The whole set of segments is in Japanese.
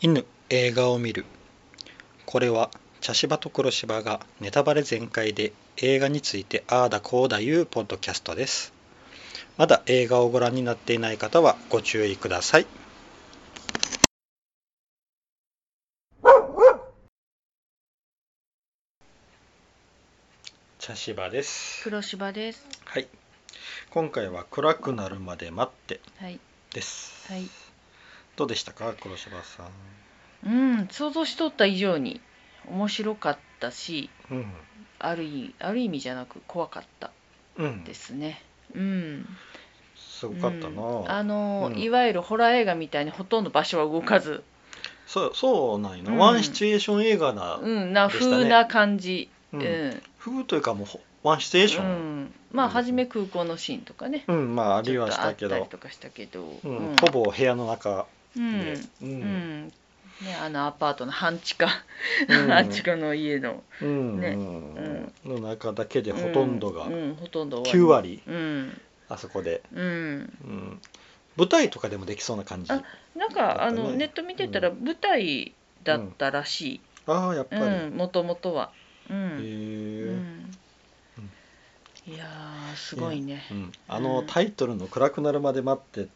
犬映画を見るこれは茶芝と黒芝がネタバレ全開で映画についてああだこうだいうポッドキャストですまだ映画をご覧になっていない方はご注意ください茶芝です黒芝です。はい今回は暗くなるまで待ってはい。です、はい。どうでしたか黒芝さんうん、想像しとった以上に面白かったし、うんある意ある意味じゃなく怖かったうんですね。うん。すごかったな、うんあの、うんいわゆるホラー映画みたいにほとんど場所は動かず、そうそうなんよな、うんワンシチュエーション映画な、うん、なでしたね風な感じ。ううんん。風というかもうほワンシチュエーシうョン、ん。まあ、うん初め空港のシーンとかね。うんまああちりょっはしとあたっけたりど、とかしたけど、うんうんほぼ部屋の中うでん、ううんん、ね、あのアパートの半地下、うん 半地下の家の、うんねうんの中だけでほとんどがうん、うんほとんど終9わ割、りうん、あそこで、うん、うん、舞台とかでもできそうな感じああなんだったねかあのネット見てたら舞台だったらしい、あーやっぱうり、ん、もともとは、うへんーうんいやーすごいねうんあの、うんタイトルの「暗くなるまで待って」っ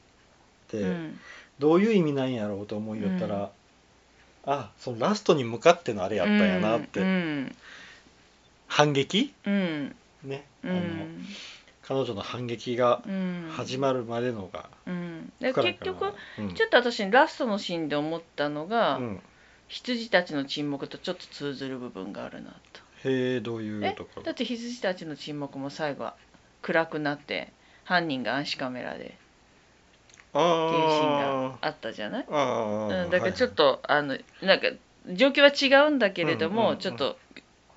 て、うんどういう意味なんやろうと思いよったら、うあそのラストに向かってのあれやったんやなって、うん反撃うんね、うあのん彼女の反撃がうん始まるまでのが、うんで深い結から局うん、ちょっと私ラストのシーンで思ったのが、うん、羊たちの沈黙とちょっと通ずる部分があるなとへえどういうえところだって羊たちの沈黙も最後は暗くなって犯人が暗視カメラでっていうシーンがあーあったじゃないあーうん、だからちょっはと、あのなんか状況は違うんだけれども、うんうんうんちょっと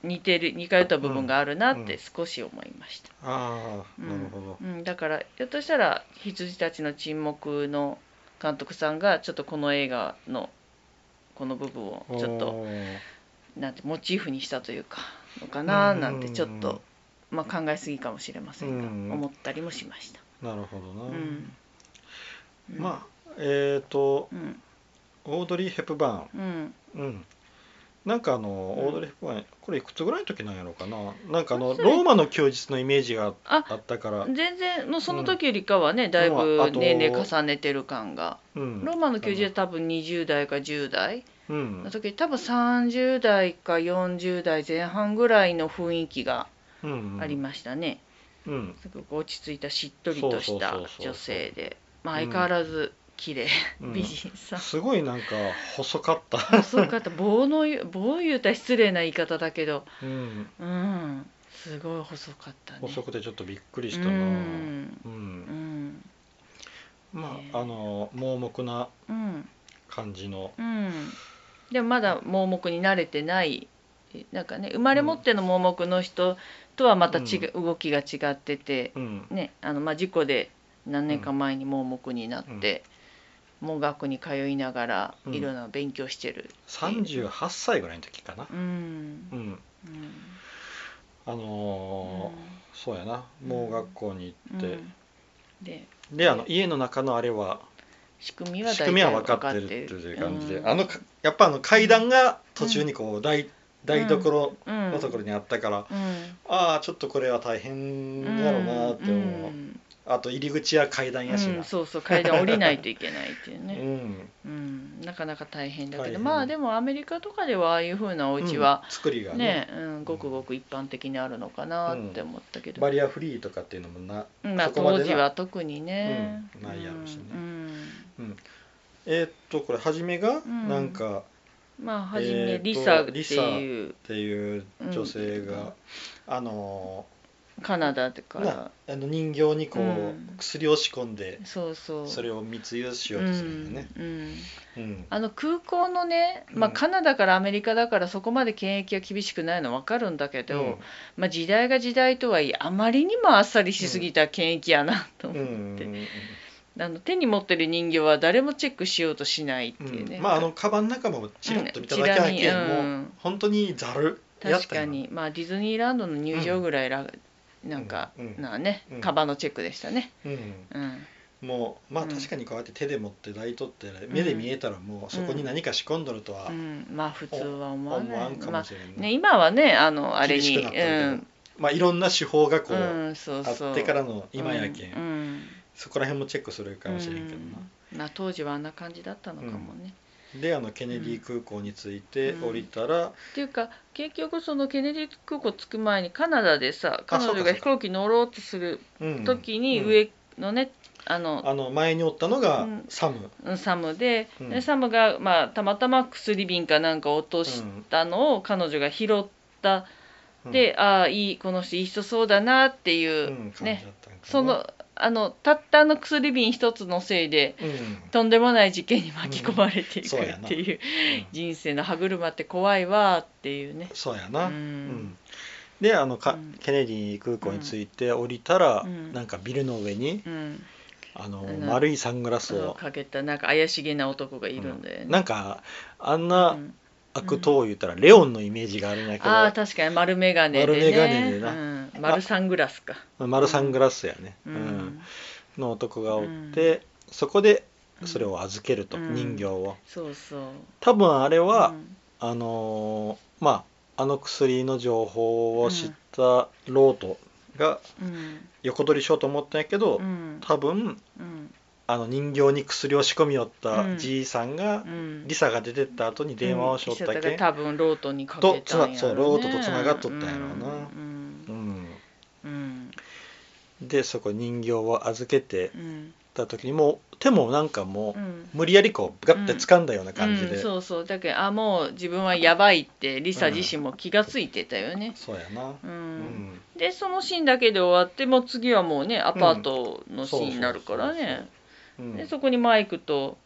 似てる似通った部分があるなっうんて少し思いました、いああうなんるほど、うんだからひょっとしたら羊たちの沈黙の監督さんがちょっとこの映画のこの部分をちょっとおーなんてモチーフにしたというかのかななんてちょっうんうんと、まあ、考えすぎかもしれませんが、うん思ったりもしました。なるほどな、うんまあえっ、とうんオードリー・ヘプバーンうん、うん、なんかあの、んオードリー・ヘプバーンこれいくつぐらいの時なんやろうかななんかあのそれローマの休日のイメージがああったから、全然もうその時よりかはね、だいまああぶと年齢重ねてる感がうん、ローマの休日は多分20代か10代うんの時多分30代か40代前半ぐらいの雰囲気がうんありましたね、うんすごく落ち着いたしっとりとしたそうそうそうそう女性で、まあ、うん相変わらず綺麗、うん美人さんすごいなんか細かった、細かった棒の言う棒言うたら失礼な言い方だけどうん、うんすごい細かったね細くてちょっとびっくりしたうなうん、んうんまねああの盲目なうん感じのうん、でもまだ盲目に慣れてないなんかね生まれ持っての盲目の人とはまた違う、動きが違ってて、うんねあのまあ、事故で何年か前に盲目になって、盲学に通いながらうんいろんな勉強してる、 38歳ぐらいの時かなう、んうんうんあのーそうやなもう学校に行っうて、んでであの家の中のあれは仕組みは大仕体組みは分分かかっっててるるっていう感じで、うんあのかやっぱあの階段が途中にこう台,、台所うんのところにあったから、うんああちょっとこれは大変やろうなって思う、んあと入り口は階段やしうな、んそうそう階段降りないといけないっていうね、うんうん、なかなか大変だけ大ど変まあでもアメリカとかではああいうふうなお家はうん作りがねね、うん、ごくごく一般的にあるのかなって思ったけど、バリアフリーとかっていうのもな、うんまあ、そこまで当な時は特にね、うんないやろうしねうんえーっとこれ初めがんなんかっうんまあ初えめーとリサっていうていう女性が、うんあのカナダかーならあの人形にこう、うん薬を仕込んでそうそうそれを密輸しよううとするんだよね。んうんうんあの空港のね、まあ、うんカナダからアメリカだからそこまで検疫が厳しくないの分かるんだけど、まあ、時代が時代とはいえあまりにもあっさりしすぎた検疫やなとう思んっうて。んうんうんあの手に持ってる人形は誰もチェックしようとしないっていうね、うんまああのカバンの中もちらっと見ただけやけ、うんん、ちらにうもんう本当にざる確かにまあディズニーランドの入場ぐらいら、なんか、うんうんなあね、うんカバンのチェックでしたね、うん、うん、もうまあうん確かにこうやって手で持ってライトって目で見えたらもうそこに何か仕込んどるとはうん、まあ普通は思わ思なわいんかまもあしれんなね、今はねあのあれ厳しにくなったけどまあいろんな手法がこう、うんうん、そうあそうってからの今やけうんんうんそこら辺もチェックするかもしれんけどなうんまあ、当時はあんな感じだったのかもね、であのケネディ空港に着いてうん降りたらっていうか結局そのケネディ空港着く前にカナダでさ彼そうかそ女うがか飛行機乗ろうとするうん時にうん上のねあのあの前におったのがうんサムうんサムで,、うんでサムが、まあ、たまたま薬瓶かなんか落としたのを彼女が拾った、うんでああいいこの人いい人そうだなっていうう、ん感じねだったんかなそのあのたったの薬瓶一つのせいでうんとんでもない事件に巻き込まれていくそうやっなていううん人生の歯車って怖いわーっていうね。そうやうなうんん、であのかうんケネディ空港に着いて降りたらうんなんかビルの上にうん、あのうん丸いサングラスそうをかけたなんか怪しげな男がいるんだよね。なんかあんなうん悪党を言ったらレオンのイメージがあるんだけああど確かに丸眼鏡でね。丸眼鏡でなうん、丸サングラスか。丸サングラスやねううんん、の男がおってそこでそれを預けるとうん人形をそうそう。多分あれうはんあのーまああの薬の情報を知ったロートがうん横取りしようと思ったんやけどうん多分うんあの人形に薬を仕込みよっうたんじいさんがうんリサが出てった後に電話をしよったうんけ伊勢田が多分ロートにかけたとつんやろね。なそうロートとつながっとったんやろうなうんううんんうんでそこ人形を預けてうんた時にもう手もなんかもううん無理やりこうガッて掴んだような感じうでん、そうそうだけどあもう自分はやばいってリサ自身も気がついてたよね。そうやなうんうんでそのシーンだけで終わってもう次はもうねアパートのシーンになるからね。うでんそこにマイクと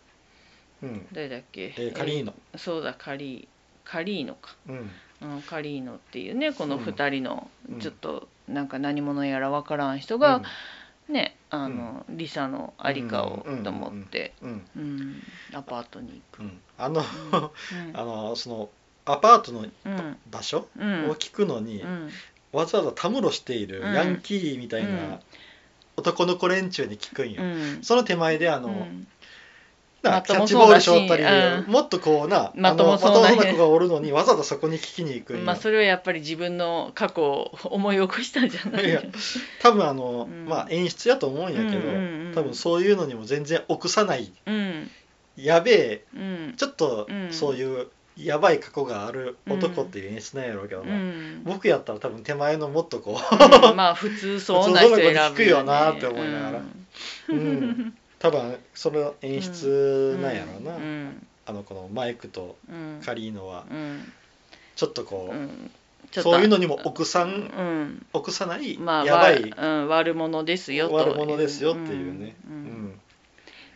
うん誰だっけ、えーカリーノえーそうだカリーカリーノか、うんうん、カリーノっていうねこの2人のうんちょっとなんか何者やらわからん人が、ねあの、リサのありかをと思って、うんうんうんアパートに行くう。んあのう んあのそのアパートのうん場所うをん聞くのにうんわざわざたむろしているうんヤンキーみたいうんな男の子連中に聞くんうよんその手前であうのんなまキとャッもチそボーうルだししよったりうんもっとこうなあのまともまそうとなもねな子がおるのにわざわざそこに聞きに行くんよまあそれはやっぱり自分の過去を思い起こしたんじゃないいや多分あのうんまあ演出やと思うんやけどうんうんうん多分そういうのにも全然臆さないうんやべえうんちょっとうんそういうやばい過去がある男っていう演出なんやろうけどうな、ん僕やったら多分手前のもっとこうんまあ普通そうな人選ぶ普ね通そうな子に聞くよなって思いながらうん う、うん、多分それの演出なんやろうな、うんあのこのマイクとうんカリーノはうんちょっとこう、うんちょっとそういうのにも臆さんうん臆さない、まあやばいわうん、悪者ですよと悪者ですよっていうね、ううんんうん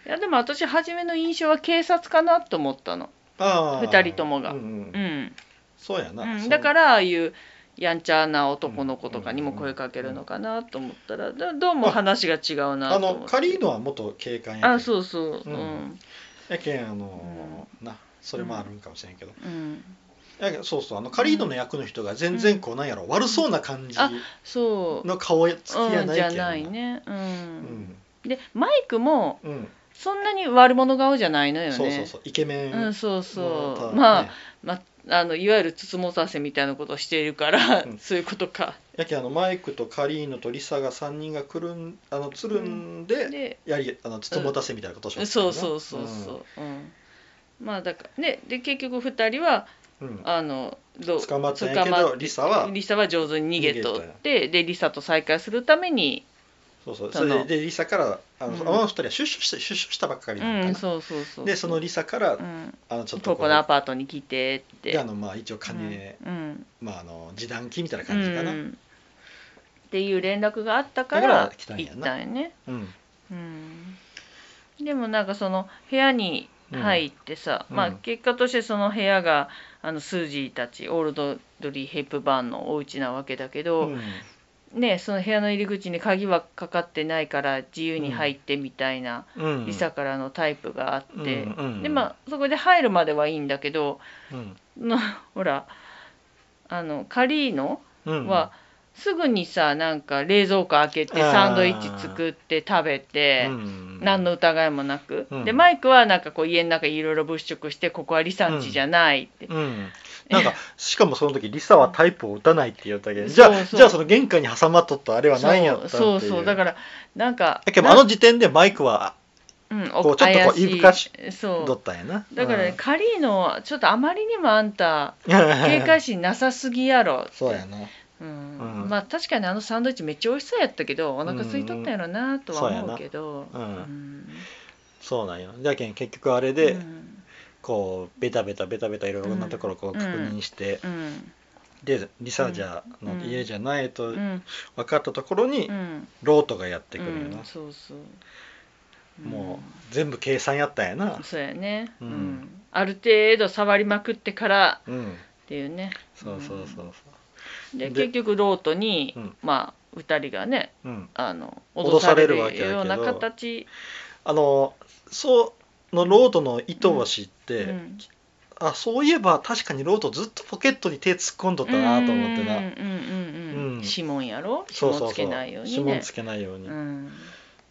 いやでも私初めの印象は警察かなと思ったの、あー二人ともがうんううんんそうやな、うそん、うだからああいうやんちゃな男の子とかにも声かけるのかなと思ったらどどうも話が違うあなと思っのてカリーノは元警官やけんあそうそうううんんやけんあのーなそれもあるんかもしれんけど、うんやけんそうそうあのカリーノの役の人が全然こうなんやろ、悪そうな感じあそうの顔つきやうんないじけどゃないねううんん、でマイクもうんそんなに悪者顔じゃないのよねそうそうそうイケメンうのん、そうそたうまあ、ねまあのいわゆるつつもたせみたいなことをしているから、うんそういうことかやけんあのマイクとカリーノとリサが3人がくるんあのつるんで、でやりあのつつもたせみたいなことをしよったんそやうなそうそうそう、うんまあだからねで結局2人はうん、うんあのどう捕まったんやけ捕まどリサはリサは上手に逃げ逃とげってでリサと再会するためにそうそうそそのれでリサからあの、うんあの2人は出所して出所したばっかりうなのかんな、そうそうそうでそのリサから、うん、あのちょっとここのアパートに来てってであのまあ一応金、うんうんまああの示談金みたいな感じかな、ううんんっていう連絡があったかだからら来たん行やなったんやねうんでもなんかその部屋に入ってさ、うんまあうん結果としてその部屋があのスージーたちオールドドリー・ヘップバーンのお家なわけだけど、うんねその部屋の入り口に鍵はかかってないから自由に入ってみたいな、うんリサからのタイプがあって、うんうんでまあそこで入るまではいいんだけどうんのほらあのカリーノうんは、すぐにさなんか冷蔵庫開けてあーサンドイッチ作って食べて、うん何の疑いもなく、うんでマイクはなんかこう家の中いろいろ物色してここはリサンチじゃないって、うん、なんかしかもその時リサはタイプを打たないって言ったけどそうじゃあそうじゃあその玄関に挟まっとったあれはそう何やったんっていうそうそうだからなんかだけどあの時点でマイクはなうんこうちょっとこういぶかし怪いどそったんやなうだからね、カリーノちょっとあまりにもあんた警警戒心なさすぎやろって そうやなうんうんまあ確かにあのサンドイッチめっちゃ美味しそうやったけどお腹空いとったやろなとは思うけどそうやなうんんそうなんよだけど結局あれで、うんこうベタベタベタベタいろんなところをこううん確認して、うんでリサじゃの家じゃないとうん分かったところにうんロートがやってくるよな、うんそうそうもう全部計算やったんやう、なんそうやねううんんある程度触りまくってからうん、っていうねそうそうそうそうでで結局ロートにうんまあ2人がねうん、あの脅脅さされれるるわけやけどような形あのそうのロートの意図を知って、うんあそういえば確かにロートずっとポケットに手突っ込んどったなと思ってな、うんうんうんううんん指紋やろ指そう紋そうつそうけないよう指に紋ねつけないように、うん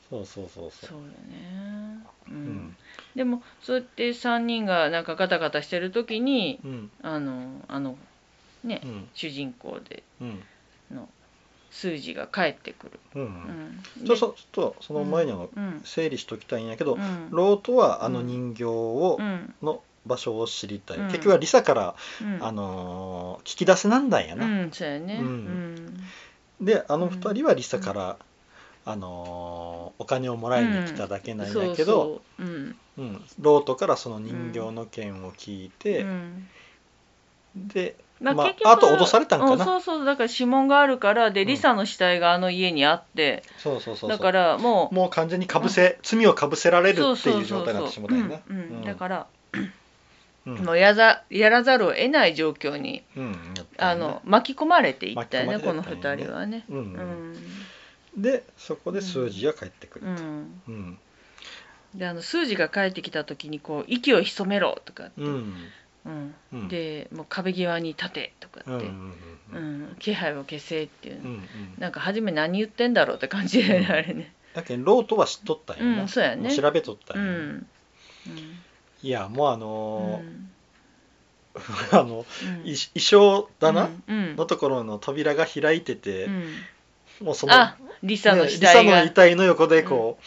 そうそうそうそそううよね、うんうんでもそうやって3人がなんかガタガタしてる時にうんあのあのね、うん主人公でうんの数字が帰ってくる、うん、うんそでうそうちょっとその前にもうん整理しときたいんやけど、うんロートはあの人形を、うんの場所を知りたい、うん結局はリサから、うんあのー聞き出せなんだんやうな、んそうやねううんんであの2人はリサから、あのーお金をもらいに来ただけなんやけど、そうそううんうん、ロートからその人形の件を聞いて、うんで、まあまあ結局あと脅されたんかなうそうそうだから指紋があるからで、うんリサの死体があの家にあってそうそうそうそうだからもうもう完全にかぶせ、罪をかぶせられるっていう状態になってしまったんやなそうそうそううんうんだから、うんもうやざやらざるを得ない状況にうんやったんあやなの巻き込まれていったよね巻き込こまれのてい二ったんやね人はね。うんううんんでそこで数字が返ってくるう、ん、うんであの数字が返ってきた時にこう「息を潜めろ」とかって、うんうんうんうんでもう壁際に立てとかうんうっんて、うん気配を消せっていう、うんうんなんか初め何言ってんだろうって感じで、うんあれね。だけどロートは知っとったんやな、うんそうやねも調べとったうんやな、んいやもうあうんのうんー あのい衣装だな、うんうんのところの扉が開いてて、うんもうそのあリサのね死リサ体が、の遺体の横でこう、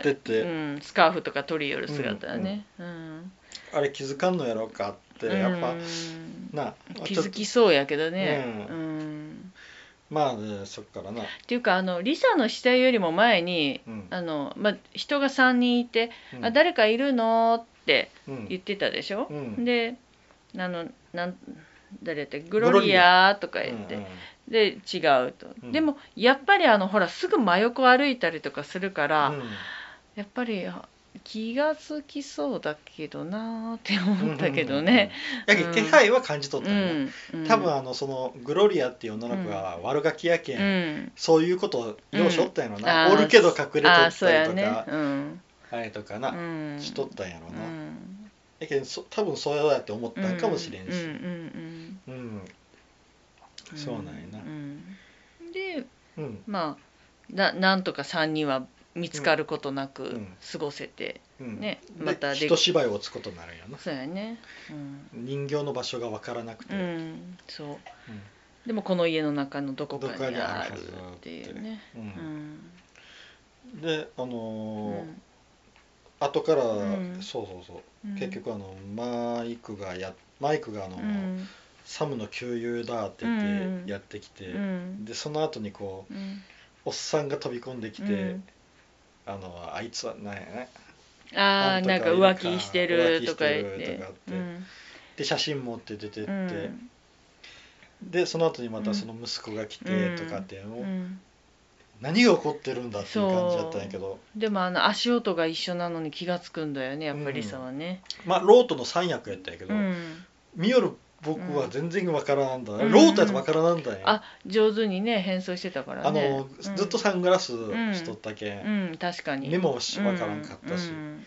取ーってってうん、スカーフとか取り寄る姿だね、うんあれ気づかんのやろうかって、うんやっぱな気ちょっづときそうやけどね、ううんんまあねそっからな、っていうかあのリサの死体よりも前にうんあの、まあ、人が3人いて「うんあ誰かいるの?」ってうん言ってたでしょ、うんであのなん誰だってグロリアロリアとか言って、うんうんで違うと、うんでもやっぱりあのほらすぐ真横歩いたりとかするから、うんやっぱりあ気が付きそうだけどなーって思ったけどね。うんうんうんやけど気配は感じとったうんやん、うん多分あのそのグロリアっていう女の子が悪ガキやけん、うん、そういうことをようしょったんやろな、うんおるけど隠れとっあたありそうやとかねあ,、うんれとかな、うんしとったんやろうな、んやけどそ多分そうやって思ったんかもしれんうんし、うんうんうんそうなんやなうんでうんまあななんとか3人は見つかることなうんうくん過ごせて、うんねでまたで一芝居を打つことになるんやなそうやねうん、人形の場所が分からなくて、うん、そうでもこの家の中のどこかどこかににああるるはずっていうねうんううんんであうのーん後から、うんそうそうそう、うん結局あのマイクがやマイクがあのー、うんサムの旧友だって言っうんてやってきて、うんでその後にこううんおっさんが飛び込んできて、うんあのあいつはなんやねああななんんとかか浮気してるとか言浮っ気してるとてかってで写真持って出てって、でその後にまたその息子が来てとかって、もううんうん何が起こってるんだっていう感じだったんやけどでもあの足音が一緒なのに気がつくんだよねやっぱりさはね、まあロートの三役やったんやけうど、ん見よる僕は全然わからなんだ、うんロートやとわからなんだよ、あ上手にね変装してたからあねの、ずっとサングラスしとったけん、うん、うん、確かに目もしわからんかったし、うんうん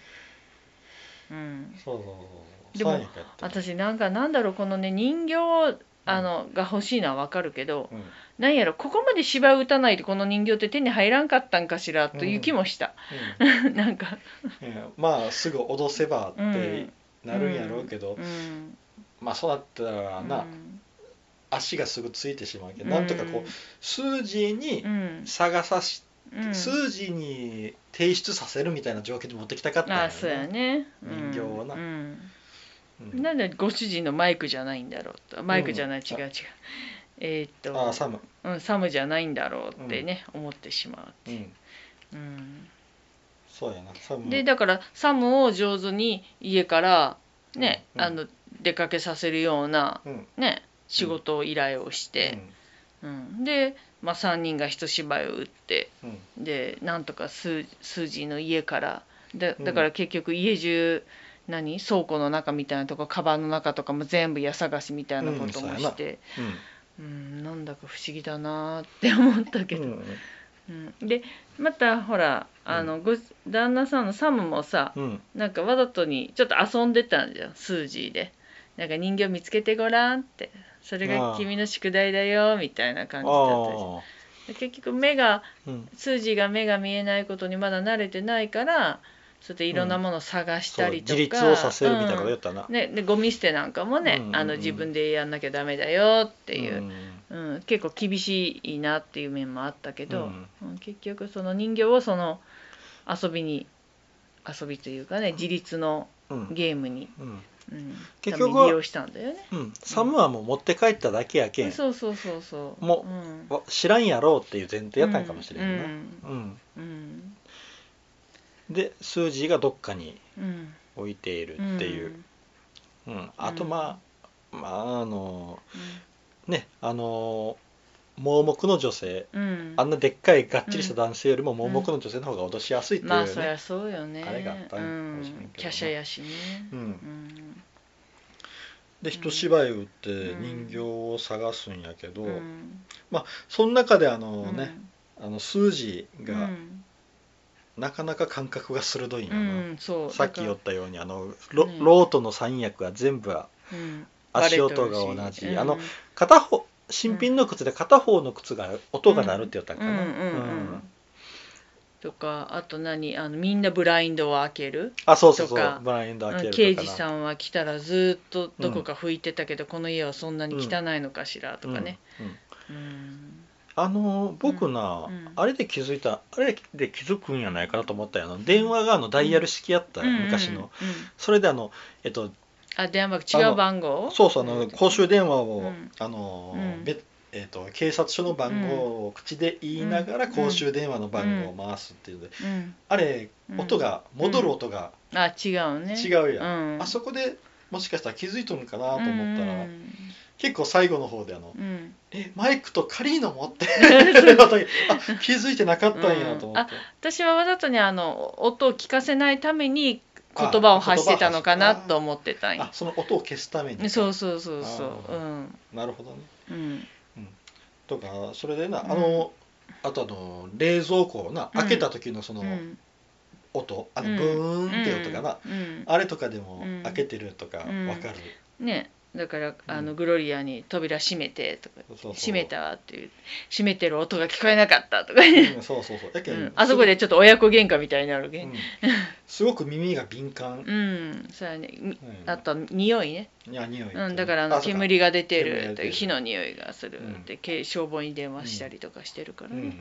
うんそうそうそうでも三役やった私なんかなんだろうこのね人形をあのが欲しいのはわかるけどうんなんやろここまで芝居打たないとこの人形って手に入らんかったんかしらという気もした、 なんか、うんえーまあすぐ脅せばってなるんやろうけど、うん、まあそうなったらな、うん足がすぐついてしまうけど、なんとかこう数字にうん探さし、うん数字に提出させるみたいな条件で持ってきたかったんあやあそうやねね人形をなうんううんんなんでご主人のマイクじゃないんだろうとマイクじゃない、うん違う違うえーっとああサム、うん、サムじゃないんだろうってね、思ってしまううってん、うんそうやなサムでだからサムを上手に家からね、うんあの出かけさせるようなうんね仕事を依頼をして、うんで、まあ、3人が一芝居を打ってうんうんでなんとかスースージーの家からだうんだから結局家中、何倉庫の中みたいなとこカバンの中とかも全部家探しみたいなこともして、うんなんだか不思議だなーって思ったけど、うんうんでまたほらあの、ご旦那さんのサムもさうんなんかわざとにちょっと遊んでたんじゃんスージーでなんか人形見つけてごらんってそれあがあ君の宿題だよみたいな感じだったじゃんああで結局目がうんスージーが目が見えないことにまだ慣れてないからそうやっていろんなものを探しそたうりと自か、立をさせるみたいなことうやんったな、ね、でゴミ捨てなんかもね、うんうんうんあの自分でやんなきゃダメだよっていうう、んうん結構厳しいなっていう面もあったけうど、んうん結局その人形をその遊びに遊びというかね自立のうんゲームに、うんうん、結局はために利用したんだよね。うん、サムはもう持って帰っただけやけん、そうそうそうそう。もうんわ知らんやろうっていう前提やったんかもしれんな、うんうんうんで数字がどっかにうん置いているうんっていう、うんあとまあ、まああのねあの盲目の女性うん、あんなでっかいがっちりした男性よりも盲目の女性の方が脅しやすいっていうね、まあそりゃそうよねあれがあったうかんんもしれんけどな華奢やしねう、うんんで一芝居打ってう人ん形を探すんやけど、うんその中であのね、あの数字うがんなかなか感覚が鋭いんうやな、んそうさっき言だっかたようにあのロ,、ねロートの三役は全部らうん足音が同じ、割れてるしあのうん片方新品の靴で片方の靴が音が鳴るって言ったんかうんな、うんうんうんとかあと何あのみんなブラインドを開けるあそうそうそとうかブラインド開けるとかな刑事さんは来たらずっとどこか拭いてたけど、この家はそんなに汚いのかしらとかね、うんうんうんあの僕な、うんうんあれで気づいたあれで気づくんやないかなと思ったよあの電話があのダイヤル式やった、昔の、うんうんそれであのえっとあ電話違う番号そうそうあの公衆電話を、うんあの、うんべえっと警察署の番号を口で言いながらうん公衆電話の番号を回すっていうので、うんあれうん音が、戻る音があ違うね違ううやん、んあそこでもしかしたら気づいとるんかなとだ思ったら、うん結構最後の方であのうんうん「えマイクとカリーノ持 って」それは時あ気づいてなかったんやと思って、私はわざとにあの音を聞かせないために言葉を発してたのかなと思ってたんあやその音を消すためにそうそうそうそうあうんなるほどねうんとかそれでなうんあの、あとあの冷蔵庫をなうん開けた時のそのうん音、あうんのブーンって音がな、うんあれとかでもうん開けてるとかわうんかる、ねだからあうのグロリアに扉閉めてとかそうそう閉めたわっていう閉めてる音が聞こえなかったとかうね、んそうそうそうやうけんん、あそこでちょっと親子喧嘩みたいになるすけごんく、うんすごく耳が敏感、うん、そうやねみうんあと匂いねいや匂い、うん、だからあのそう煙が出て煙がる出てる火の匂いがする、うんでけ消防に電話したりとかしてるからうんうんね。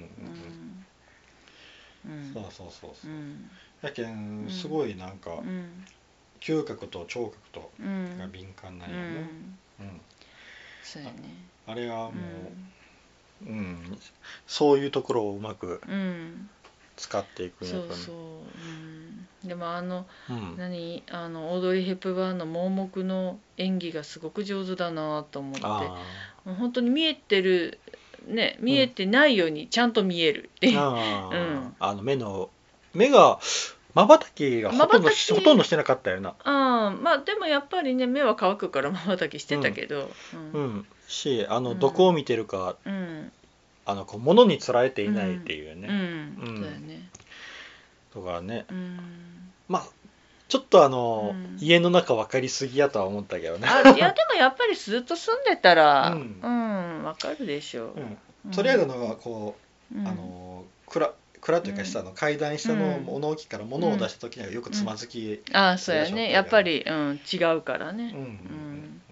うんそうそうそうそううんやけんうんすごいなんかうん嗅覚と聴覚とうがん敏感なうんやね、んうんそうやね。あれはもう、ううんそういうところをうまくんうん使っていくんやそとねうそう。うんでもあのうん何あのオードリー・ヘップバーンの盲目の演技がすごく上手だなと思ってあもう本当に見えてるね見えてないようにちゃんと見えるっていうーあー、 うんあの目の目がまばたきがほとんど瞬きほとんどしてなかったよなああまあでもやっぱりね目は乾くからまばたきしてたけどうんううんんしあの、うんどこを見てるかうん、あのこう物につられていないっていうね、うんうんそうだよねとかねうんまあちょっとあの、うん家の中分かりすぎやとは思ったけどね、あい やでもやっぱりずっと住んでたら、ううんん、わかるでしょうんう。とりあえずあのこうう、ん、あの蔵蔵というか下の階段下のうん物置から物を出した時にはよくつまずき、あそうそれはやしょうがないねやっぱり、うん、違うからうんね、うん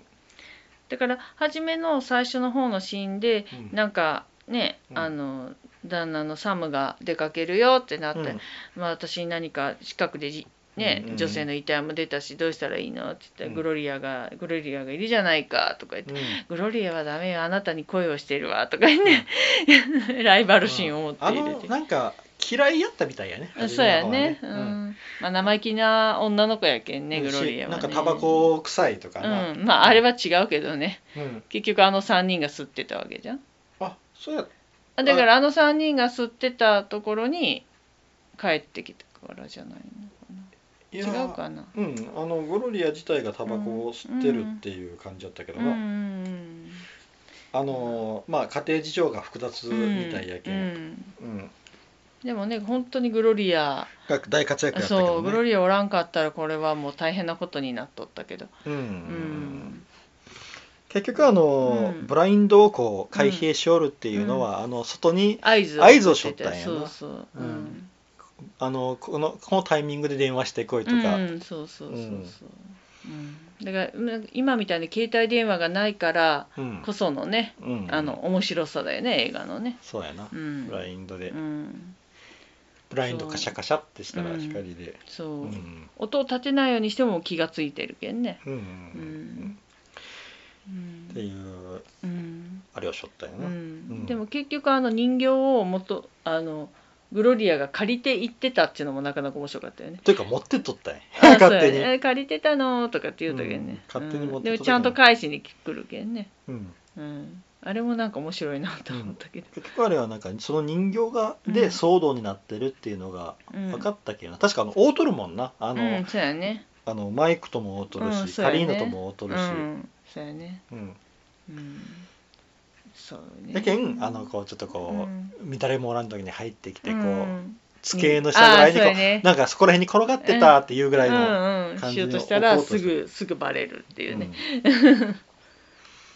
だから初めの最初の方のシーンで、うんなんかね、うんあの旦那のサムが出かけるよってなって、うんまあ、私に何か近くでじね、うんうん女性の遺体も出たしどうしたらいいのって言ったら、うんグロリアがグロリアがいるじゃないかとか言って、うんグロリアはダメよあなたに恋をしてるわとか言ってね、 ライバル心を持ってあいるのっていうなんか嫌いやったみたいやねそうやね、初うめのん方はまあ、生意気な女の子やけんね、うんグロリアは、ね、しなんかタバコ臭いとかな、うんまああれは違うけどねうん結局あの3人が吸ってたわけじゃんあそうやあだからあの3人が吸ってたところに帰ってきたからじゃないいのかなや違うかなうん、あのグロリア自体がタバコを吸ってるっていう感じだったけどうな、んあのーまあ家庭事情が複雑みたいやけん、ううんんでもね本当にグロリア、が大活躍やったけそど、うね、グロリアおらんかったらこれはもう大変なことになっとったけどうんうん結局あのー、うんブラインドをこう開閉しおるっていうのは、あの外に合図合図をしとったんやなそうそううんあのこのこのタイミングで電話してこいとか、うん、そうそうそうそう、うんだからうん今みたいに携帯電話がないからうんこそのね、うんあの面白さだよね映画のね、そうやな、うん、ブラインドで、うん、ブラインドカシャカシャってしたら光で、そう、うん音を立てないようにしても気がついてるけんねうんうんううんんうんっていううんあれをしょったような、んでも結局あの人形を元あのグロリアが借りて行ってたっていうのもなかなか面白かったよねというか持ってっとったんやあそう勝や手に、ね借りてたのとかって言うとけんうんね、勝手に持ってた時うんでにもちゃんと返しに来るけんねうんうんあれもなんか面白いなと思ったけど、結局あれはなんかその人形がうでん騒動になってるっていうのがうん、分かったけど、確かあの大取るもんなあの,、うんそうやねあのマイクとも大取るし、うんそうカやねリーノとも大う取るし、んそうやねうんうんそうねやけんあのこうちょっとうこんう、乱れもおらん時に入ってきてこう、うん机の下ぐらいにこう、あーそうやねなんかそこら辺に転がってたっていうぐらいの、うんうん感しじよのうとしたら置こうとすするぐすぐバレるっていうね、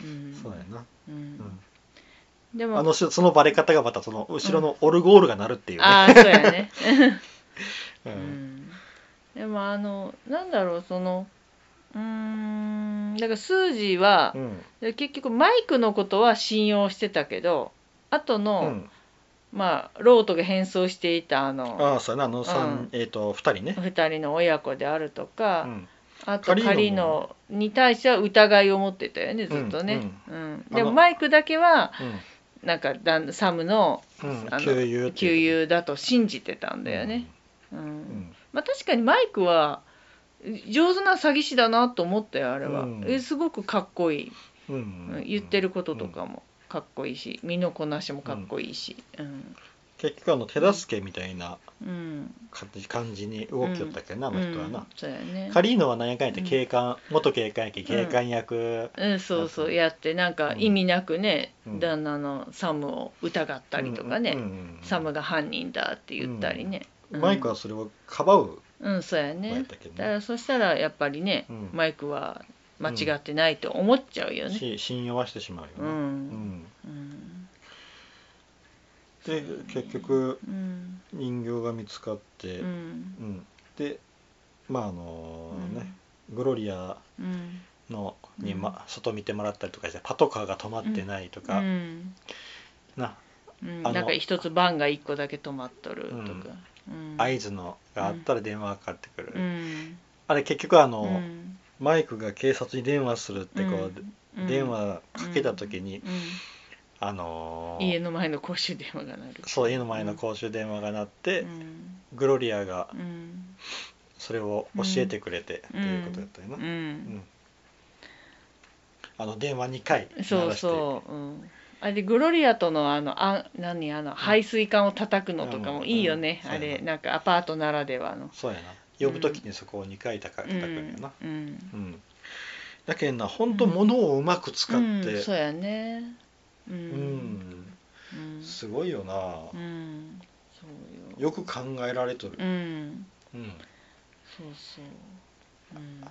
うんそうやな、うんうんでもあのそのバレ方がまたその後ろのオルゴールが鳴るっていうね、あーそう やね、うんうんでもあのなんだろうそのうーんだからスージーはう、んで結局マイクのことは信用してたけど後うの、んまあロートが変装していたあのああそうやなあの三、うんえっ、と二人ね、二人の親子であるとか、うんあとカリーノもカリーノに対しては疑いを持ってたよねずっとね、うんであのもマイクだけはうんなんかだんサムのうんあの給油って旧いう友だと信じてたんだよね、うんうんまあ、確かにマイクは上手な詐欺師だなと思ったよあれは、うんえすごくかっこいい、うんうん言ってることとかもかっこいいし身のこなしもかっこいいし、うん結局あの手助けみたいなうん感じ感じに動きよったっけどな、あの人はうんな、、そうやねカリーノは何やかんやってうん警官、元警官やけん警官役、うん、そうそうやってなんか意味なくね、うん旦那のサムを疑ったりとかね、うんうんサムが犯人だって言ったりね、うんマイクはそれをかばううんそうや子やっねたけどだかねらそしたらやっぱりね、うんマイクは間違ってないと思っちゃうよね。し信用はしてしまううよね、んうんで結局うん人形が見つかって、ううんんでまああのーね、グロリアうんのに、ま、外見てもらったりとかしてパトカーが止まってないとうか、んなうんあのなんか一つ番が一個だけ止まっとるとか、うん合図のがあったら電話がかかってくる、うんあれ結局あの、うんマイクが警察に電話するってこう、うん電話かけた時に、うあのん、家ーの前の公衆電話が鳴るそう家の前の公衆電話が鳴って、うんグロリアがうんそれを教えてくれて、うんっていうことだったよな、ううんんあの電話2回そうそう、うん、あれでグロリアとのあのあ何あの排水管を叩くのとかもいいよね、うんうんあそうやれななんかアパートならではの、そうやな呼ぶ時にそこを2回叩くうん叩くんやな、うんうんだけんな本当物をうまく使って、うんそうやねううんんうんすごいよな、うんそうよよく考えられとるう、んうんそうそう、うん、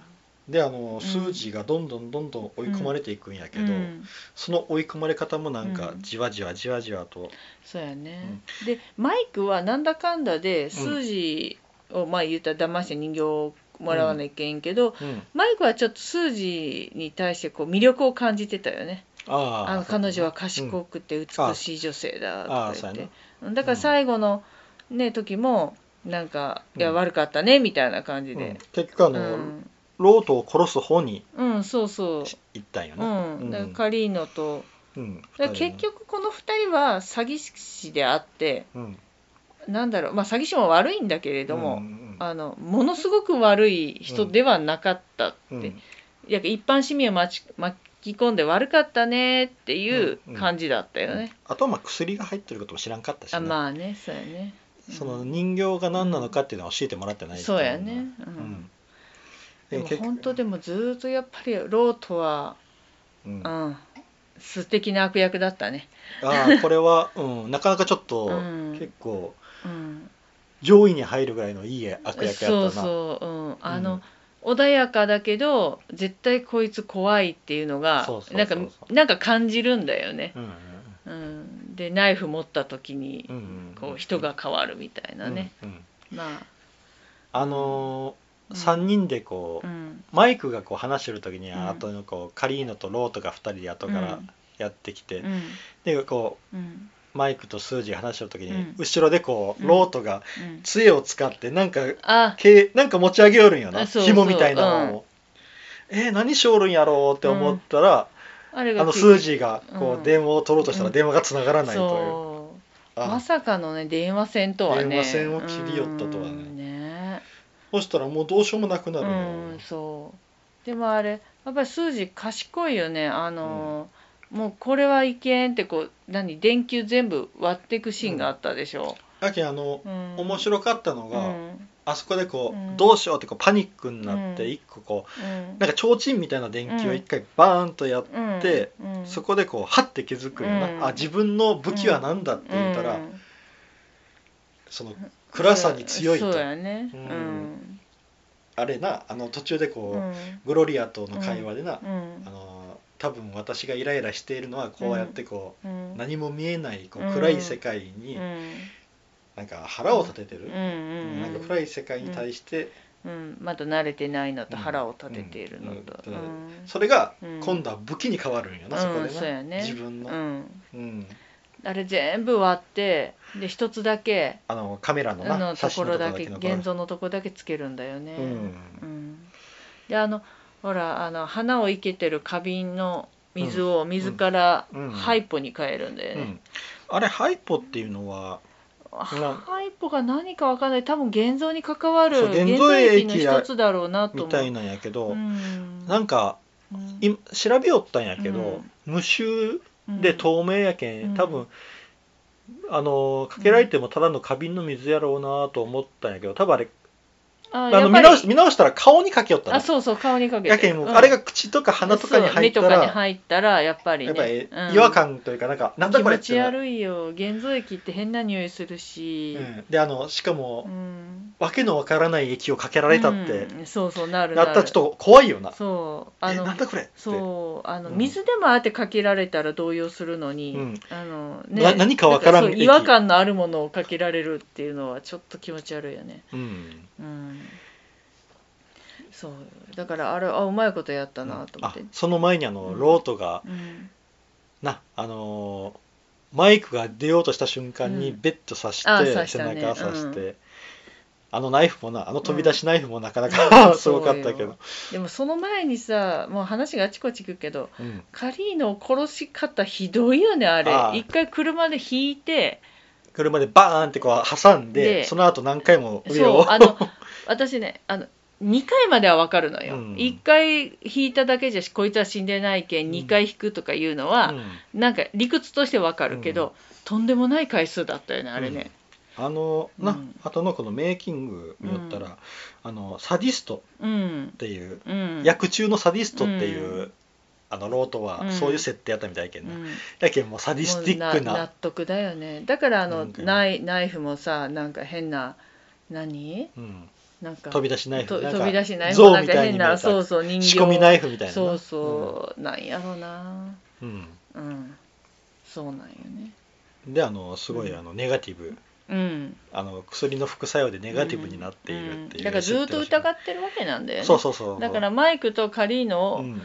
であの数字がどんどんどんどん追い込まれていくんやけど、うんその追い込まれ方もなんかうんじわじわじわじわと、そうやね、でマイクはなんだかんだで数字を、まあ言うたら騙して人形をもらわないけんけど、うん、マイクはちょっと数字に対してこう魅力を感じてたよねあーあの彼女はう賢んくて美しい女性だとあかあそう言っやてな、うんだから最後のね時もなんか「ういんや悪かったね」みたいな感じうんで、結局あうの、ん、ロートを殺す方にうん、そうそう行ったんような、ん、だからカリーノとうんだから結、局この2人は詐欺師であって二人のうん、なんだろうまあ詐欺師も悪いんだけれども、うんうんあのものすごく悪い人ではなかったっうて、んいや一般市民を巻き巻き込んで悪かったねっていううんうん感じだったよね。あとはまあ薬が入ってることも知らんかったしな、あまあねそうやね。うんその人形が何なのかっていうのは教えてもらってないそうやね、ううんん、でも本当ででもずーっとやっぱりロートは、結局、うん、うあん、素敵な悪役だったね。あこれは、うん、なかなかちょっと、うん結構うん、上位に入るぐらいのいい悪役やったなそうそう、うん、あの、穏やかだけど絶対こいつ怖いっていうのがそうそうそうなんかなんか感じるんだよね。うんうんうん、でナイフ持った時にうんうんこう人が変わるみたいなね、、うんうんまあのうー、ん3人でこあ、う、うん、マイクがこう話してる時に、うんあとのこうカリーノとロートが2人で後からやってきて、うんでこううんマイクとスージーが話してる時に、うん後ろでこううんロートがうん、杖を使ってなんかあけなんか持ち上げよるんよなあそう紐みたいなのを、えー何しおるんやろうって思ったら、あれあがの数字がこうんう電話を取ろうとしたらうん電話が繋がらないという、そうまあさかのね電話線とはね電話線を切り寄ったとはねうんねそしたらもうどうしようもなくなうるんよ、んそうでもあれやっぱり数字賢いよねあの、もうこれはいけんってこう何電球全部割っていくシーンがあったでしょ、だけどあの、うん、面白かったのうが、んあそこでこう、うんどうしようってこうパニックになっうてん一個こうんうなんか提灯みたいな電球を一回バーンとやっうんでうんそこでこうハッて気づくような、うんあ自分の武器は何だって言ったら、うんその暗さに強いそうとそうやねううんんあれなあの途中でこうう、んグロリアとの会話でな、うんあの多分私がイライラしているのはこうやってこうう、ん何も見えないこうんう暗い世界に、うんなんか腹を立ててる、うんなんか暗い世界に対して、うんまだ慣れてないのと腹を立てているのとうんうんうんそれがうん今度は武器に変わるんよな、うんそこそうでやな、ね自分の、うんうんあれ全部割ってで一つだけあのカメラのなあのと写真このろところだだけけ残る現像のところだけつけるんだよねうんうんであのほらあの花を生けてる花瓶の水を水からうんハイポに変えるんだようねん、あれハイポっていうのはなハイポが何かわかんない多分現像に関わるそう現現像像液の液や一つだろうなと思うみたいなんやけど、うんなんかうん今調べよったんやけど、うん無臭で透明やけん、うん多分あのーかけられてもただの花瓶の水やろうなと思ったんやけど多分あれああやのっぱり見直し見直したら顔にかけよったあなそうそう顔にかけやてけんもううんあれが口とか鼻とかに入ったそう目とら、かに入ったらやっぱりやっぱりねうん違和感というかなんか、なんだ気これ持ってちいうのが悪いよ現像液って変な匂いするしうん、であのしかも、うんわけのわからない液をかけられたって、うんそうそうなるななったらるちょっと怖いよなそうあえなのんだこれってそうあのうん水でもああやってかけられたら動揺するのに、うんあのな何かわからんなかそう違和感のあるものをかけられるっていうのはちょっと気持ち悪いよねうんうんそうだからあれあうまいことやったなと思あって、その前にあの、うんロートがうん、なあのーマイクが出ようとした瞬間にうんベッと刺して、あ刺し背たね中刺して、うあのナイフもなあの飛び出しナイフもなかなか、うん すごかったけど、でもその前にさもう話があちこち行くけどうんカリーノを殺し方ひどいよねあれああ一回車で引いて車でバーンってこう挟んででその後何回も上そうをあの私ねあの2回までは分かるのよ、うん1回引いただけじゃこいつは死んでないけん2回引くとかいうのは、うんなんか理屈として分かるけど、うんとんでもない回数だったよねあれね、あのうなん後のこのメイキングによったら、うんあのサディストうんっていう、うん役中のサディストっていう、うんあのロートうはんそういう設定やったみたいやけうんな、んやけんもうサディスティックもう納な得だよねだからあのなんかねナイナイフもさなんか変な何うんなんか飛び出しナイフとなんか飛び出しない象なんみかたい変に見えなたそうそう人形仕込みナイフみたいなそうそう、なんやろなう、うんうんそうなんよねであのすごいあのネガティブうんあの薬の副作用でネガティブになっているっていう、んだからずっと疑っってるわけなんだよねそうそうそうだからマイクとカリーうノん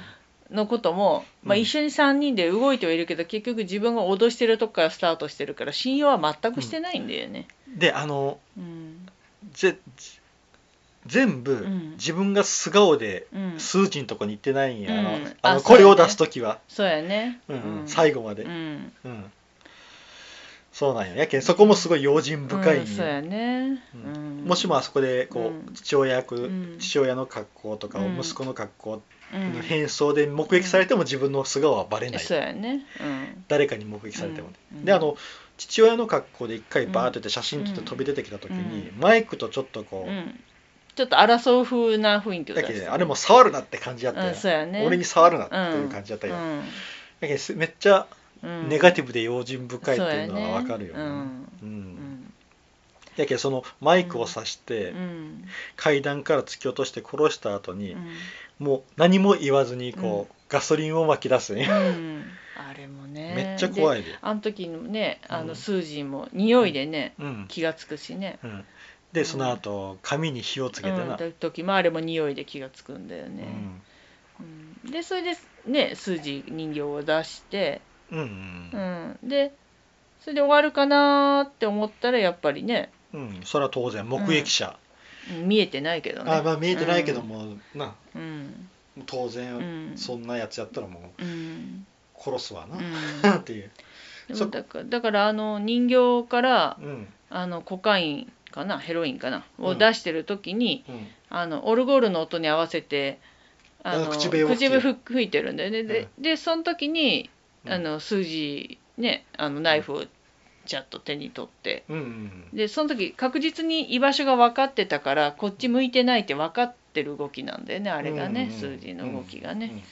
のことも、まあ、うん一緒に3人で動いてはいるけど、結局自分が脅してるとこからスタートしてるから信用は全くしてないんだよね。であのうんぜ全部ん自分が素顔でうん数値のとこに行ってないんや、あのうんあのあそう声やねを出す時は、そうやね、うんうん最後まで、ううんんそうなんややけんそこもすごい用心深いんうよん、そうやね、ううんんもしもあそこでこう、うん父親役、うん父親の格好とかをうん息子の格好うんの変装で目撃されても自分の素顔はバレない、そうやね、うん、誰かに目撃されてもね、うんであの父親の格好で一回バーってって写真撮って飛び出てきた時に、マイクとちょっとこう、うん、ちょっと争う風な雰囲気をだ出けすどあれも触るなって感じだったよ、うんそうやね俺に触るなっていう感じだったよ、だけどすめっちゃうんうん、ネガテティブで用心深いっていうのは分かるよねううんんィうんやけどそのマイクを刺しうて、ん階段から突き落として殺した後に、うんもう何も言わずにこう、うガソリンを巻き出すね、うんあれ もねめっちゃ怖いいであの時のねあうのんスージーも匂いでね、うん、気がつくしねうん、でその後紙に火をつけてうな、ん、時もあれも匂いで気がつくんだようね、んうんでそれでねスージー人形を出して、うんううんん、でそれで終わるかなーって思ったらやっぱりねうんそれは当然目撃者、うん見えてないけどねあまあ見えてないけども、なうん当う然んそんなやつやったらもうんう殺すわな、うっ んていう、でそもだからだからあの人形からうんあのコカインかなヘロインかなうをん出してる時に、うん、あのオルゴールの音に合わせてああの口笛口笛を吹けふ吹いてるんだよねで,、でその時にうんあの数字ねあのナイフをちゃっと手に取ってうんうんでその時確実に居場所が分かってたからこっち向いてないって分かってる動きなんだよねあれがね、うん数字の動きがね。、うんうん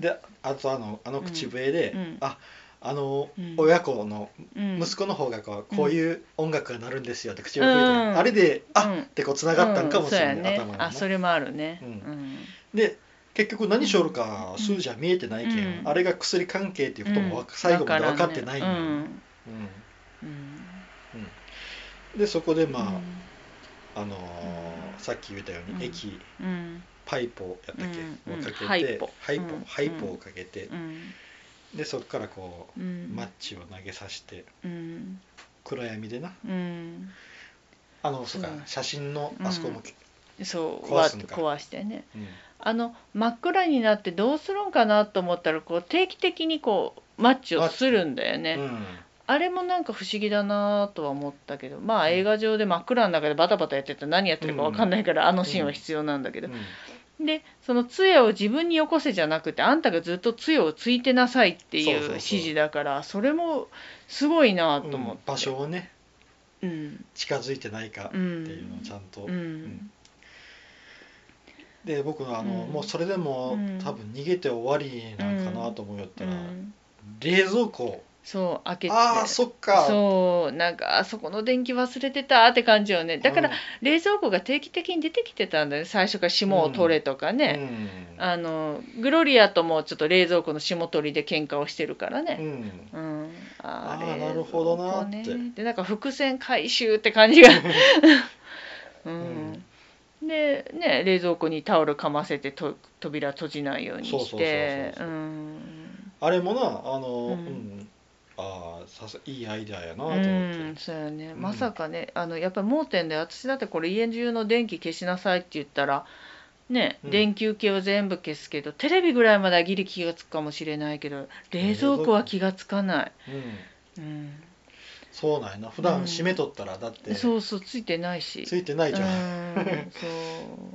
であとあのあの口笛で、うんうんああの、うん親子のうん息子の方がこううんこういう音楽が鳴るんですよって口を吹いてる、うんあれであ、うんってこうつながったんかもしれない、うんそうや頭ねに、ねあそれもあるね。ううんんで結局何しょるか数字は見えてないけん、うんあれが薬関係っていうこともわ、うん最後までだ分からってないねのようんうんうんでそこでまあ、うんあのーさっき言ったように、うん液うんパイポやったっけ、うをんかけて、うんハイポハイポうんハイポをかけて、うんでそこからこううんマッチを投げさしてうん暗闇でなうんあのそうかそう写真のあそこも、そう壊壊すんか壊してねうんあの真っ暗になってどうするんかなと思ったらこう定期的にこうマッチをするんだよね、うんあれもなんか不思議だなとは思ったけどまあ映画上で真っ暗の中でバタバタやってたら何やってるか分かんないから、あのシーンは必要なんだけど、うんでその杖を自分によこせじゃなくてあんたがずっと杖をついてなさいっていそううそうそう指示だからそれもすごいなと思っうんて、場所をねうん近づいてないかっていうのをちゃんと、うんで僕はあの、うんもうそれでも、うん多分逃げて終わりなんかなと思うよったうら、ん冷蔵庫そう開けてああそっかそうなんかあそこの電気忘れてたって感じよねだから、冷蔵庫が定期的に出てきてたんだよね最初から霜を取れとかうんね、あのグロリアともちょっと冷蔵庫の霜取りで喧嘩をしてるからうんね、うんうんああー冷蔵庫なるほどなーってねでなんか伏線回収って感じが、 うんでね冷蔵庫にタオルかませてと扉閉じないようにしてそうそうそうそううんあれもなあの、ううんんああさすいいアイデアやなとう思って、ん、そうやね、うんまさかねあのやっぱり盲点で私だってこれ家中の電気消しなさいって言ったらね、うん電球系を全部消すけどテレビぐらいまではギリ気がつくかもしれないけど冷蔵庫は気がつかない、うんうん、そうなんやな普う段ん閉めとったらだってそうそうついてないしついてないじゃん、うん そう、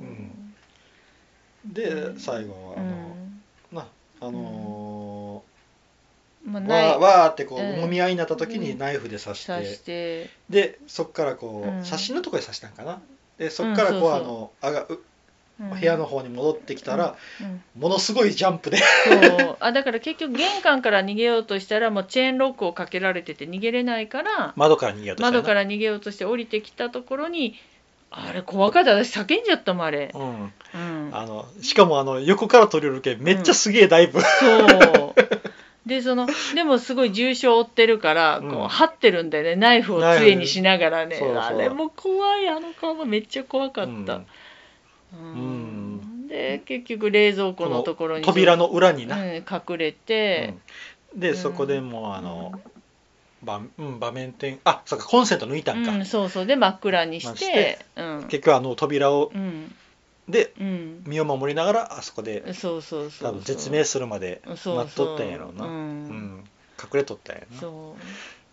うんで最後はあの、なあのまあ、ーないわーわーってこう、うんもみ合いになった時にうんナイフで刺して、刺してでそっからこう、うん写真のところで刺したんかなでそっからこう、うんあそうのあがううん部屋の方に戻ってきたら、うんものすごいジャンプでそうあだから結局玄関から逃げようとしたらもうチェーンロックをかけられてて逃げれないから 窓から逃げようとした窓からら逃げようとして降りてきたところにあれ怖かった私叫んじゃったもんあれ、うん、うん、あのしかもあの横から撮り寄るけめっちゃすげえだいぶ、 そうでそのでもすごい重傷を負ってるから、うんこう張ってるんだよねナイフを杖にしながらナねイフそうそうあれも怖いあの顔もめっちゃ怖かった、うんで結局冷蔵庫のところに扉の裏にうな、ん、隠れて、うんで、うんそこでもうあの、場うん、場面転あそうかコンセント抜いたんか、うん、そうそうで真っ暗にして,、まあしてうん結局あの扉をうんでうん身を守りながらあそこでそうそうそう多分絶命するまでそう待っとったんやろうなそうそううんん、隠れとったんやなそ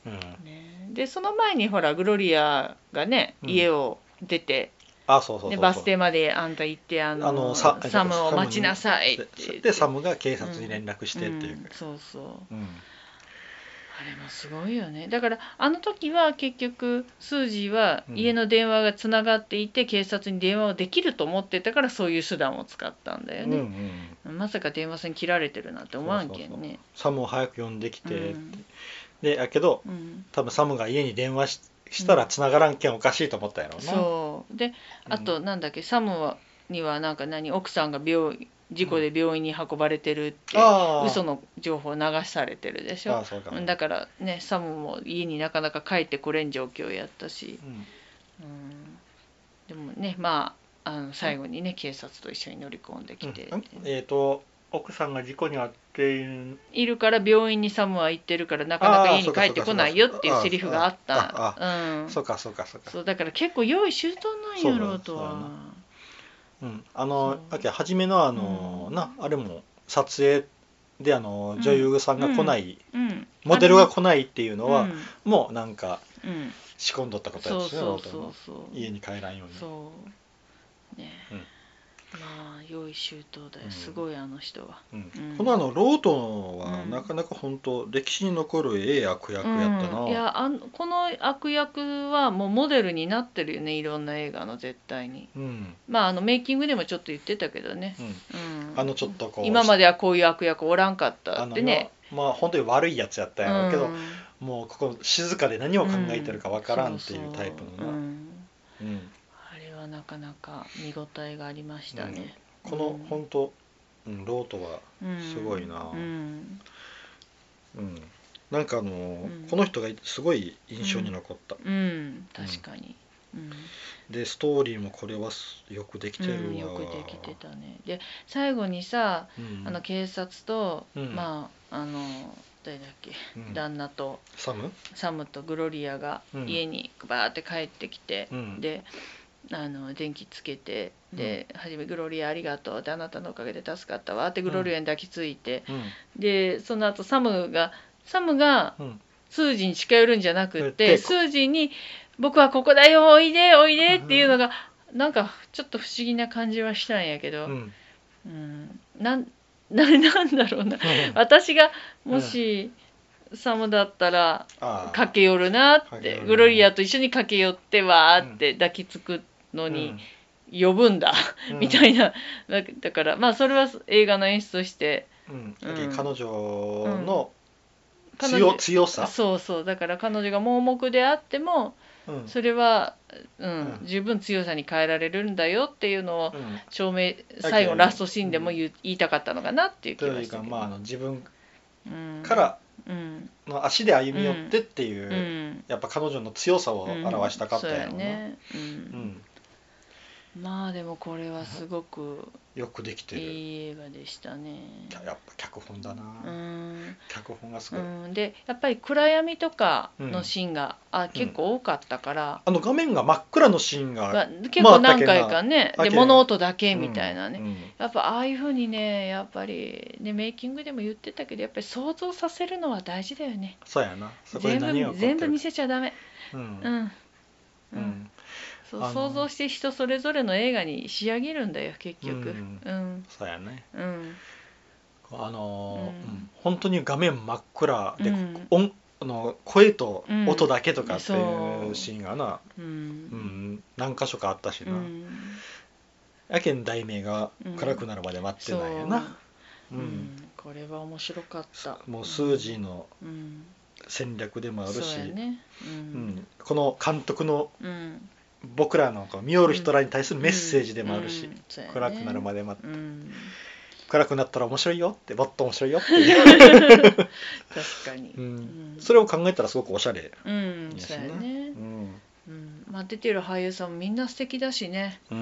うん、うねでその前にほらグロリアがねうん家を出て、あそうそうそうそうでバス停まであんた行ってあのあのさサムを待ちなさいって言っでてでサムが警察に連絡してっていううんそうそううん、あれもすごいよねだからあの時は結局スージーはうん家の電話がつながっていて、警察に電話をできると思ってたからそういう手段を使ったんだようんうね、んまさか電話線切られてるなんて思わんけんねサムを早く呼んできて、うんでやけどうん多分サムが家に電話ししたら繋がらんけんおかしいと思ったんやろな、そうでうんあとなんだっけ、サムはにはなんか何奥さんが病院事故で病院に運ばれてるって、ああ嘘の情報を流されてるでしあょあそうかうんだからねサムも家になかなか帰ってこれん状況やったし、うんうん、でもねまああの最後にね警察と一緒に乗り込んできて、うんえっ、と奥さんが事故に遭っているいるから病院にサムは行ってるからなかなか家に帰ってこないよっていうセリフがあっあたうんそうかそうかそうかそうだから結構用意周到なんやろうとそうだはうんあのそうだっけ初めのあの、うんなあれも撮影であのうん女優さんが来ない、うんモデルが来ないっていうのは、うんもうなんかうん仕込んどったことやそうですねそう本当そにうそう家に帰らんようにそうね、うんまあ用意周到だうよんすごいあの人は、うんうんこのあのロートンはうんなかなか本当歴史に残るええ悪役やったな、うんいやあのこの悪役はもうモデルになってるよねいろんな映画の絶対にうんまああのメイキングでもちょっと言ってたけどね、うんうん、あのちょっとこう今まではこういう悪役おらんかったあっのてねまあ本当に悪いやつやったんやろうけど、うんもうここ静かで何を考えてるかわからんっていうタイプそうのそうな、うんうんあれはなかなか見応えがありましたね、このうん本当、うん、ロートは、うんすごいなうんうん、なんかあの、んこの人がすごい印象に残った、うん、確かに、うんでストーリーもこれはすよくできてるわ、うん、よくできてたねで最後にさうんあの警察と、うんまああの誰だっけ、うん旦那とサム、サムとグロリアがうん家にバーって帰ってきて、うんであの電気つけてで、初めグロリアありがとう」って「あなたのおかげで助かったわ」ってグロリアに抱きついて、うんでその後サムがサムがうんスージーに近寄るんじゃなくっでてスージーに「僕はここだよおいでおいで」っていうのがなんかちょっと不思議な感じはしたんやけど、ううんんなん ななんだろうな私がもし、サムだったらあ駆け寄るなっ駆け寄るてねグロリアと一緒に駆け寄ってわーって抱きつくのに呼ぶんだ、みたいいなだだからまあそれは映画の演出としてな、うんうんだけど彼女の彼強,、女強さ、そうそうだから彼女が盲目であってもうんうんそれは、うんうん十分強さに変えられるんだよっていうのを証明ど最後ラストシーンでも言,、う言いたかったのかなっていう気とがいしうたかけど、まああの自分うんからうんの足で歩み寄ってっていう、うんやっぱ彼女の強さを表したかったやろううんそうな、やねううんん、まあでもこれはすごくよくできてるいい映画でしたね。やっぱ脚本だな、うん脚本がすごい、うん、でやっぱり暗闇とかのシーンが、あ結構多かったから、あの画面が真っ暗のシーンまがあ結構何回かね、まああったけでんな物音だけみたいなね、うんうんやっぱああいうふうにねやっぱりねメイキングでも言ってたけどやっぱり想像させるのは大事だよねそうやなそこで全何が起こ部って全る部見せちゃダメううんん、ううんんそうあの想像して人それぞれの映画に仕上げるんだよ結局ううんんそうやねうんあのーうんうん本当に画面真っ暗で、うん音あの声とうん音だけとかってそいううシーンがな、ううんん何箇所かあったしうな、んやけん題名が暗くなるまで待ってそうないやな、ううんんこれは面白かったもう数字のうん戦略でもあるそし、うやねううんん、この監督のうん僕らのこう見よる人らに対するメッセージでもあるし、うんうんそうやね暗くなるまで待ってうん暗くなったら面白いよってもっと面白いよって いう、確かにううんんそれを考えたらすごくおしゃれ、うんですそうねやねうんうんまあ出てる俳優さんもみんな素敵だしねううん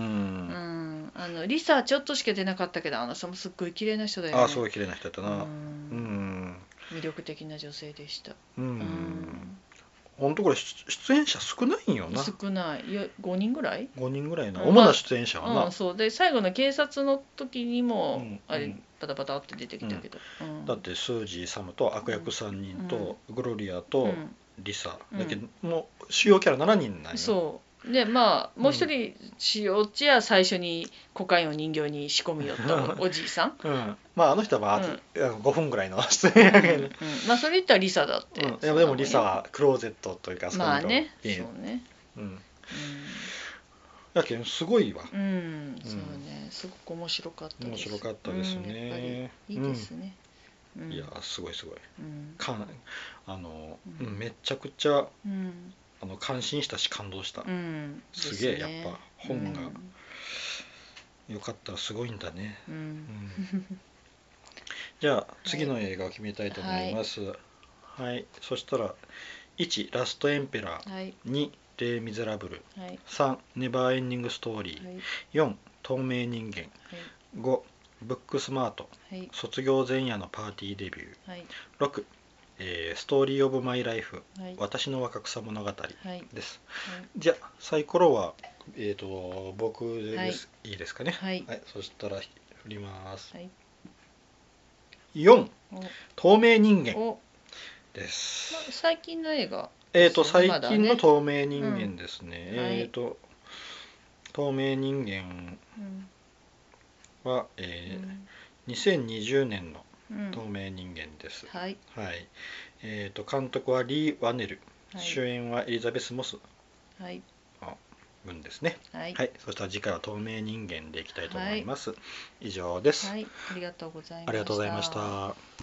んあのリサちょっとしか出なかったけどあの人もすっごい綺麗な人だよねああすごい綺麗な人だったなううんん魅力的な女性でしたうん、うん本当これ出出演者少ないんよな少ないよ5人ぐらい5人ぐらいなうん主な出演者はな、うん、そうで最後の警察の時にも、うんあうれんバタバタって出てきたけど、うんだってスージーサムと悪役3人と、グロリアとうんリサ、うんだけどもう主要キャラ7人なんよそうでまあもう一人しおちや最初にコカインを人形に仕込みよったおおじいさん、うん、まああの人は、うん5分ぐらいの出演やうけど、んまあそれ言ったらリサだって、うん、いやでもリサはクローゼットというかそうだもんねまあねいいそうねうん、だけどすごいわうん、うんそうねすごく面白かった面白かったですうんやっぱりね、いいですね、うんうんいやすごいすごいうんかんあの、うんうんめちゃくちゃうんあの感心したし感動した、うんすげえですねやっぱ本がうんよかったらすごいんだね、う、うんん、 じゃあ次の映画を決めたいと思いますはい、そしたら1ラストエンペラーはい2レイ・ミゼラブルはいはい3ネバーエンディングストーリはいー4透明人間5ブックスマートはい卒業前夜のパーティーデビュはいー6、えーストーリー・オブ・マイ・ライフはい私の若草物語はいですじゃあサイコロは、えー、と僕です、い、いですかねはいそしたら振りますはい4お透明人間お、ですま、最近の映画えっ、とそう最まだね近の透明人間ですね、うんはいえっ、と透明人間うんは、えー2020年のうんうん透明人間です、はいはい。えっ、と、監督はリー・ワネル、はい主演はエリザベス・モスはい君ですね。ははいい、そしたら次回は透明人間でいきたいと思います。以上です、はいありがとうございましたありがとうございました。